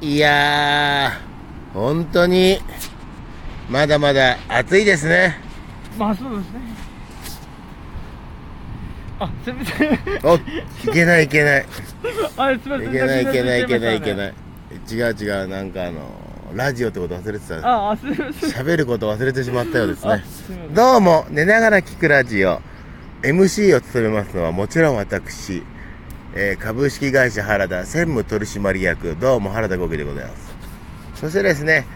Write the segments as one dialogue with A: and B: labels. A: いやー、本当に、まだまだ暑いですね。
B: まあそうですね。あ、すみません。
A: お、いけないいけない。
B: あれ、すみま
A: い
B: せん。
A: けないいけないいけないいけ
B: い。
A: ない。違う違う、なんかあの、ラジオってこと忘れてた。
B: あ、あすみません。
A: 喋ること忘れてしまったようです
B: あ、
A: ね。
B: すみません。
A: どうも、寝ながら聞くラジオ。MC を務めますのはもちろん私、えー株式会社原田専務取締役、どうも原田豪樹でございます。そしてですね、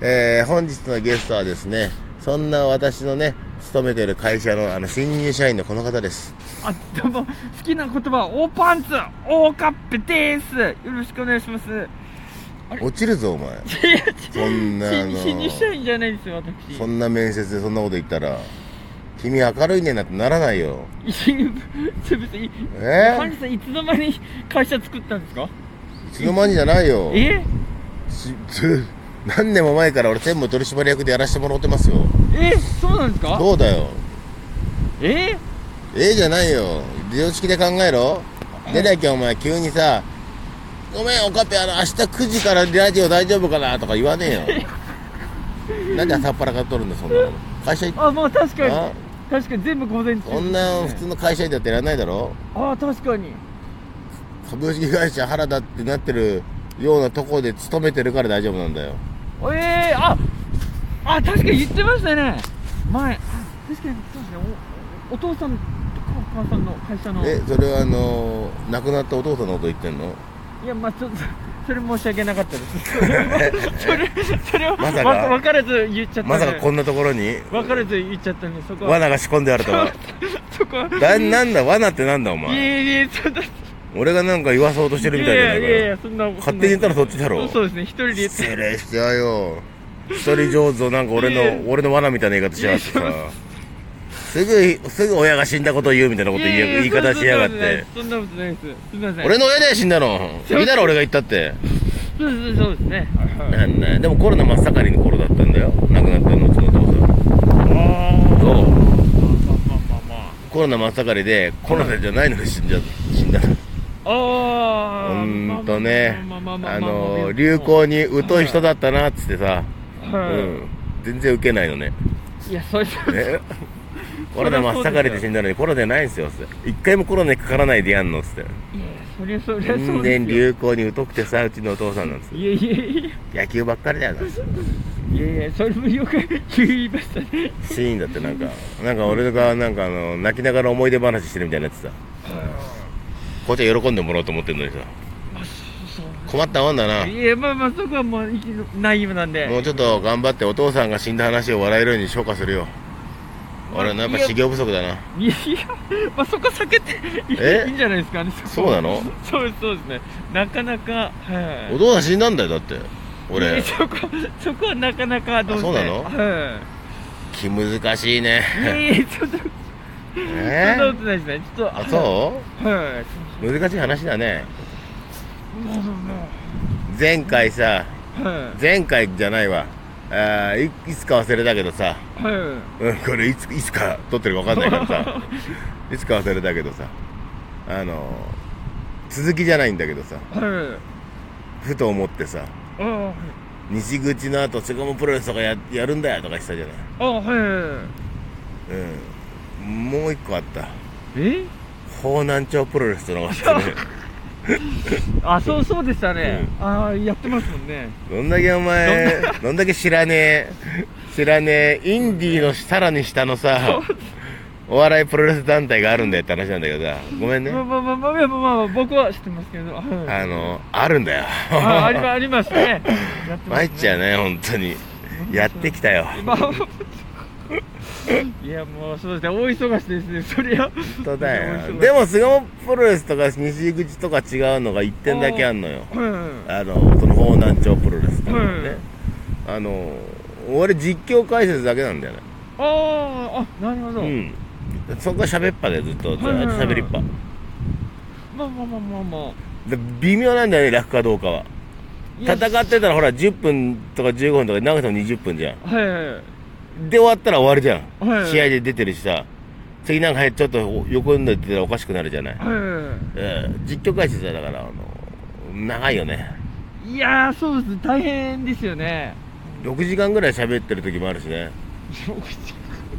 A: えー本日のゲストはですね、そんな私のね、勤めてる会社のあの新入社員のこの方です。
B: あ、どうも、好きな言葉は、オーパンツ、オーカップです。よろしくお願いします。い
A: 落ちるぞ、お前。
B: や違う
A: そんなあの
B: 新新入社員じゃないですよ、私。
A: そんな面接でそんなこと言ったら、君明るいねなんてならないよ。
B: いやすみません。い
A: え
B: 管
A: ー
B: 理、さん、いつの間に会社作ったんですか
A: いつの間にじゃないよ。
B: え
A: しつ何年も前から俺専務取締役でやらせてもらってますよ
B: えそうなんですか
A: どうだよ
B: え
A: ええじゃないよ常識で考えろでだけお前急にさ「ごめんおかぺあの明日9時からラジオ大丈夫かな?」とか言わねえ よなんで朝っぱらから撮るんだそんなの会社行っ
B: あ、まあ確か
A: あ
B: に。確かに全部午前中。
A: そんな普通の会社員だってやらないだろ
B: あ、確かに。
A: 株式会社原田ってなってるようなとこで勤めてるから大丈夫なんだよ
B: ええー、ああ確かに言ってましたね前あ確かにそうですねおお父さんとかお母さんの会社の
A: えそれはあの亡くなったお父さんのこと言ってんの
B: いやまあちょっとそれ申し訳なかったで すそれはそれそれは
A: まさか
B: わ分からず言っちゃったんで
A: まさかこんなところ に
B: 分からず言っちゃったんでそこは
A: 罠が仕込んであると は
B: そこは
A: だなんだ罠ってなんだお
B: い
A: 前
B: えいえそうだ
A: 俺がなんか言わそうとしてるみたいじゃない
B: い
A: か
B: やいやい
A: よ
B: やそんな
A: 勝手に言ったらそっちだろ
B: そうそうですね一人で言って
A: 失礼しちゃうよ一人上手をなんか俺
B: いやい
A: の俺の罠みたいな言い方しやがってさすぐすぐ親が死んだことを言うみたいなこと言い
B: いやいや
A: 言い方しやがって
B: そんなことないですそんなことないです
A: 俺の親だよ死んだの
B: そう
A: いいだろ俺が言ったって
B: すみませんそうですそうですね
A: なんだよでもコロナ真っ盛りの頃だったんだよ亡くなったのうちのお父さん
B: あ
A: どう
B: まあまあまあまあ
A: コロナ真っ盛りでコロナじゃないのに死んじゃ死んだ
B: ああ
A: ほんとね、
B: ま
A: あ
B: まままま
A: の流行に疎い人だったなっつってさ、う
B: はい
A: ん、全然ウケないのね。
B: いやそれそれ
A: ねコロナ真っ盛りで死んだのにコロナじゃないんですよっつって一回もコロナにかからないでやんのっつって
B: いやそれそれそう
A: 全
B: で
A: 然流
B: すよ
A: 行に疎くてさうちのお父さんなんです
B: いやいや
A: 野
B: い
A: 球ばっかりだよな
B: やいやいやそれもよく言いましたね
A: シーンだってなんかなんか俺がなんかあの泣きながら思い出話してるみたいなやつさこっちは喜んでもらおうと思ってるのにさ
B: まあそう
A: 困ったもんだ
B: そ
A: な
B: ういやまあまあそこはもう生きのないようなんで
A: もうちょっと頑張ってお父さんが死んだ話を笑えるように消化するよ俺のやっぱ修行不足だない
B: やまあそこ避けてい
A: え
B: いいいんじゃないですかねこ
A: そうなの
B: そうですそうですねなかなかはい
A: お父さん死んだんだよだって
B: いや
A: 俺
B: そこそこはなかなかどう
A: あそうなの
B: は
A: 気難しいね
B: いいやいやちょっとそ
A: え
B: んなことないですね。ちょっと。
A: あそ
B: はい。
A: う難しい話だね
B: もうも
A: 前回さ
B: うはい。
A: 前回じゃないわあーいいつか忘れたけどさ、
B: は
A: うん、これいついつか撮ってるか分かんないからさいつか忘れたけどさあの続きじゃないんだけどさ
B: い。はい。
A: ふと思ってさ
B: ああ、はい。
A: 西口の後セコムプロレスとかややるんだよとか言ってたじゃない
B: ああ、はい。
A: うんもう一個あった
B: え
A: 方南町プロレスとのがあったね
B: あ、そうそうでしたね。ああ、やってますもんね。
A: どんだけお前どんだけ知らねえ知らねえインディーのさらに下のさお笑いプロレス団体があるんだよって話なんだけどさごめんね
B: まあまあまあまあまあまあまあ、僕は知ってますけど。はい
A: あのあるんだよ
B: あありまあ りますね。やってま
A: 参
B: すね
A: っちゃうね本当にやってきたよ
B: まあ いやもうそうですね大忙しですねそりゃ
A: 本当だ
B: 大忙
A: よ
B: し
A: でも巣鴨プロレスとか西口とか違うのが1点だけあんのよ
B: はい
A: あのその方南町プロレスとか
B: うん
A: ねあの俺実況解説だけなんだよね
B: あああなるほど、
A: うんそこは喋っぱでずっとずっと
B: はいはいはい
A: 喋りっぱ
B: まあまあまあまあまあ
A: で微妙なんだよね楽かどうかはい戦
B: や
A: ってたらほら10分とか15分とか長くても20分じゃ
B: はいはいはい
A: んで終わったら終わるじゃん、
B: はいはい
A: 試合で出てるしさ次なんかはいちょっと横になってたらおかしくなるじゃない、
B: はいはいはい
A: うん実況解説はだからあの長いよね
B: いいやーそうです大変です よね
A: 6時間ぐらい喋ってる時もあるしね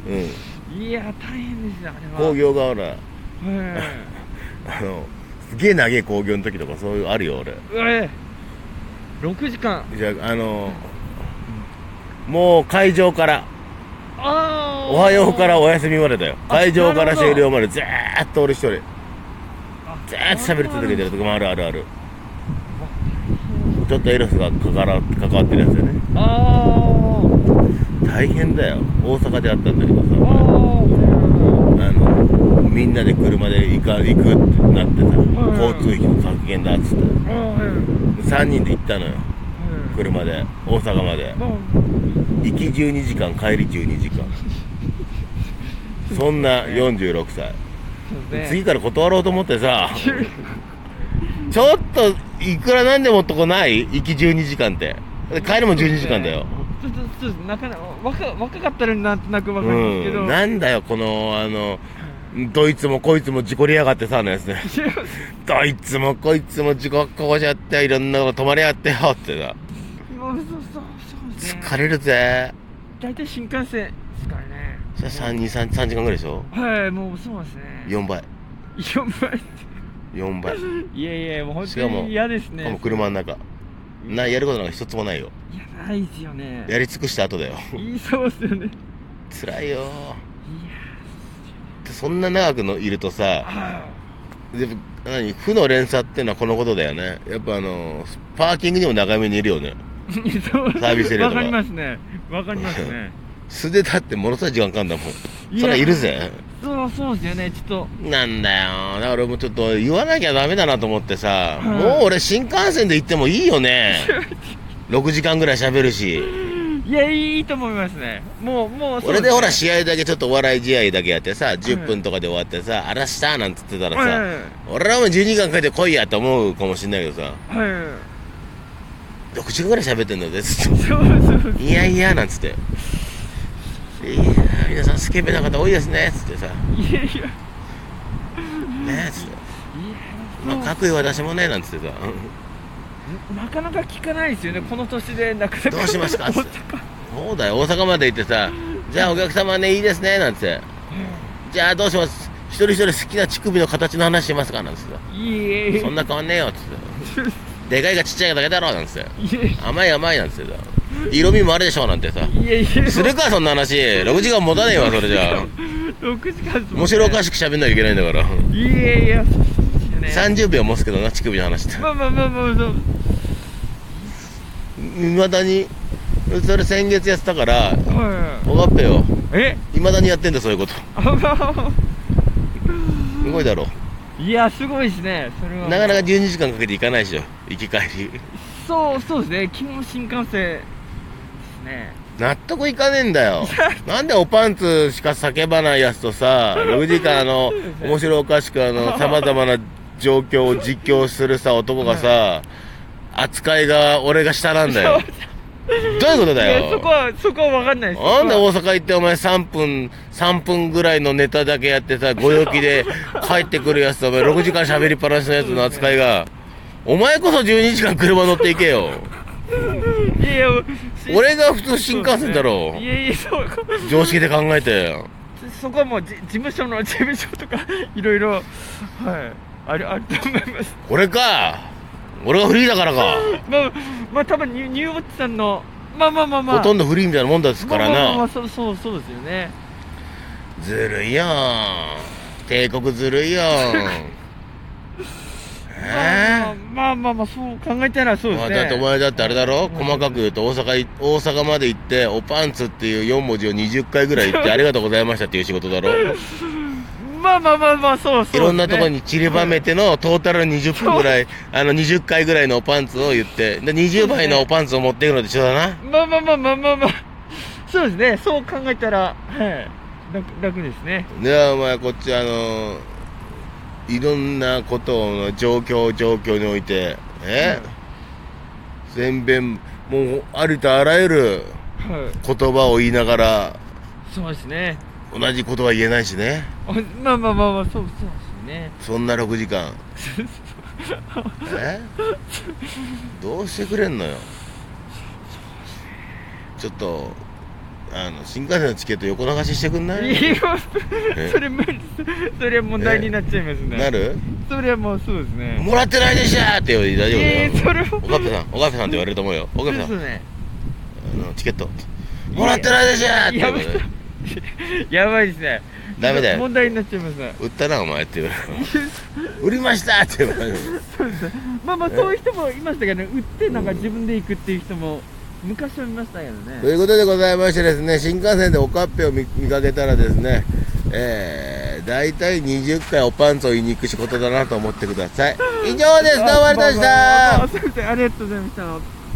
A: うん
B: いやー大変ですよあれは
A: 工業がほら
B: え
A: あのすげえ長え工業の時とかそういうあるよ俺
B: えうえ6時間
A: じゃああのもう会場から
B: ああ
A: おはようからお休みまでだよ
B: あ
A: 会場から
B: なるほど
A: 終了までずーっと俺一人ず
B: ず
A: ーっと喋り続けてる時もあるあるあるちょっとエロスがかから関わってるやつだよね
B: ああ
A: 大変だよ大阪でやったんだけどさ
B: あー
A: あのみんなで車で行か行くってなってさ、
B: ん
A: 交通費の削減だっつって
B: あーえ
A: 3人で行ったのよ
B: ええ
A: 車で大阪まで
B: えま
A: 行き12時間帰り12時間そんな46歳、
B: あそうですね
A: 次から断ろうと思ってさ
B: 急
A: ちょっといくらなんでもっとこない行き12時間ってで帰りも12時間だよ、
B: ちょっとちょっとなかなか若若かったらなんとなくわかるんですけ
A: う
B: ど、
A: ん、 なんだよこのあのどいつもこいつも事故りやがってさのやつね どいつもこいつも事故っこしちゃっていろんなこと止まりやってよってさ
B: もうそうそうそうですね
A: 疲れるぜ
B: 大体新幹線ですからね
A: それ3人 3, 3時間ぐらいでしょ
B: はいもうそうですね
A: 4倍
B: 4倍っ
A: 4倍
B: ていやいやもう本
A: し
B: 当
A: かも
B: に嫌ですね
A: もう車の中なやることなんか一つもないよ
B: いやないですよね
A: やり尽くした後だよ
B: 言いそうですよねいや
A: 辛いよ
B: ー
A: そんな長くのいるとさ
B: あ
A: で何負の連鎖ってのはこのことだよねやっぱあのパーキングにも長めにいるよね
B: ーそう
A: サービスエリア
B: わ
A: とか
B: かりますねわかりま すね
A: 素手だってものすごい時間かかんだもん
B: いや
A: それいるぜ
B: そうそうですよねちょっと
A: なんだよだから俺もちょっと言わなきゃダメだなと思ってさ、
B: うん
A: もう俺新幹線で行ってもいいよ ね6時間ぐらい喋るし
B: いやいいと思いますねもうもうそう
A: 俺
B: すね
A: でほら試合だけちょっとお笑い試合だけやってさ10分とかで終わってさ、あらしたなんつってたら
B: はい
A: さ、俺らも12時間かけて来いやと思うかもしんないけどさ
B: はいは
A: 6時間ぐらい喋ってんだぜずっ
B: いそうそう
A: といやいやなんつって「いや皆さんスケベな方多いですね」つってさ「
B: いやいやいや
A: ね」つって「
B: そう
A: まあ、かくいう私もね」なんつってさ「
B: なかなか聞かないですよねこの年でなかなか
A: どうしますか
B: 大阪
A: そうだよ大阪まで行ってさじゃあお客様ねいいですね」なんつって「じゃあどうします一人一人好きな乳首の形の話しますか」なんつってさ
B: いえいえ
A: そんな変わんねえよ」っつって「でかいかちっちゃいかだけだろ」なんつって
B: いえ
A: 「甘い甘い」なんつってさ「色味もあるでしょ」なんてさ
B: いえいえ
A: するかそんな話6時間持たねえわそれじゃあ
B: 6時間ですもんね
A: 面白おかしく喋んなきゃいけないんだから
B: いやいやそうですよね
A: 30秒持つけどな乳首の話って
B: まあまあまあまあそう
A: いまだにそれ先月やってたから
B: は
A: おがっぺよ
B: いえ
A: いまだにやってんだそういうこと
B: あまあ
A: すごいだろ
B: いやすごいですねそれは
A: なかなか12時間かけて行かないでしょ行き帰り
B: そうそうですね昨日新幹線ですね
A: 納得いかねえんだ よなんでおパンツしか叫ばないやつとさ6時間あの面白おかしくあ のさまざまな状況を実況するさ男がさ扱いが俺が下なんだよどういうこと
B: い
A: だ
B: やそ
A: よ
B: こはそこは分かんないです
A: なんで大阪行ってお前3分、3分ぐらいのネタだけやってさ、ご陽気で帰ってくるやつとお前6時間喋りっぱなしのやつの扱いが、お前こそ12時間車乗っていけよ。
B: いやいやし
A: 俺が普通新幹線だろ
B: そうですねい やいやそこ
A: 常識で考えて。
B: そこはもうじ事務所の事務所とか いろいろはいあるあると思います
A: 俺か俺がフリーだからか。
B: まあまあ多分ニュニューオッチさんのまあまあまあまあ
A: ほとんどフリーみたいなもんだですから
B: まあまあまあまあ
A: な。
B: そうそうそうですよね
A: ずるいよ帝国ずるい よえ
B: ま
A: ー
B: あまあまあまあそう考えたらそうで
A: まあ
B: すね
A: だってお前だってあれだろ細かく言うと大阪い大阪まで行って「おパンツ」っていう4文字を20回ぐらい言って「ありがとうございました」っていう仕事だろ
B: まあまあまあまあそうそうです
A: い
B: ね
A: ろんなところに散りばめてのトータル20分ぐらいあの20回ぐらいのおパンツを言ってで20倍のおパンツを持っていくのと一緒だな
B: まあまあまあまあまあまあそうですねそう考えたらはい楽楽ですね
A: でお前こっちあのいろんなことの状況状況においてえ全弁もうありとあらゆる
B: はい
A: 言葉を言いながら
B: そうですね
A: 同じことは言えないしね
B: あまあまあまあまあそうそうですね
A: そんな6時間えどうしてくれんのよちょっとあの新幹線のチケット横流ししてくんない
B: いや
A: え
B: それ無理ですそれは問題になっちゃいますね
A: なる
B: それはもうそうですね
A: もらってないでしょって言うよ大丈夫だ
B: え
A: よ
B: ー、それは
A: おかっぺさんおかっぺさんって言われると思うよおかっぺ
B: で
A: さん
B: すね
A: あのチケットもらってないでしょって言われ
B: やめ
A: る
B: てやばいですね
A: ダメだよ
B: 問題になっちゃいますね
A: 売ったなお前って言わ れる売りましたって言われる
B: まあまあそういう人もいましたけどね売ってなんか自分で行くっていう人も昔は見ましたけど
A: とい
B: ね
A: うことでございましてですね、新幹線でおかっぺを見見かけたらですね、えー、大体20回おパンツを言いに行く仕事だなと思ってください。以上です。どうもありがとうございました
B: あ。あすいませんありがとうございました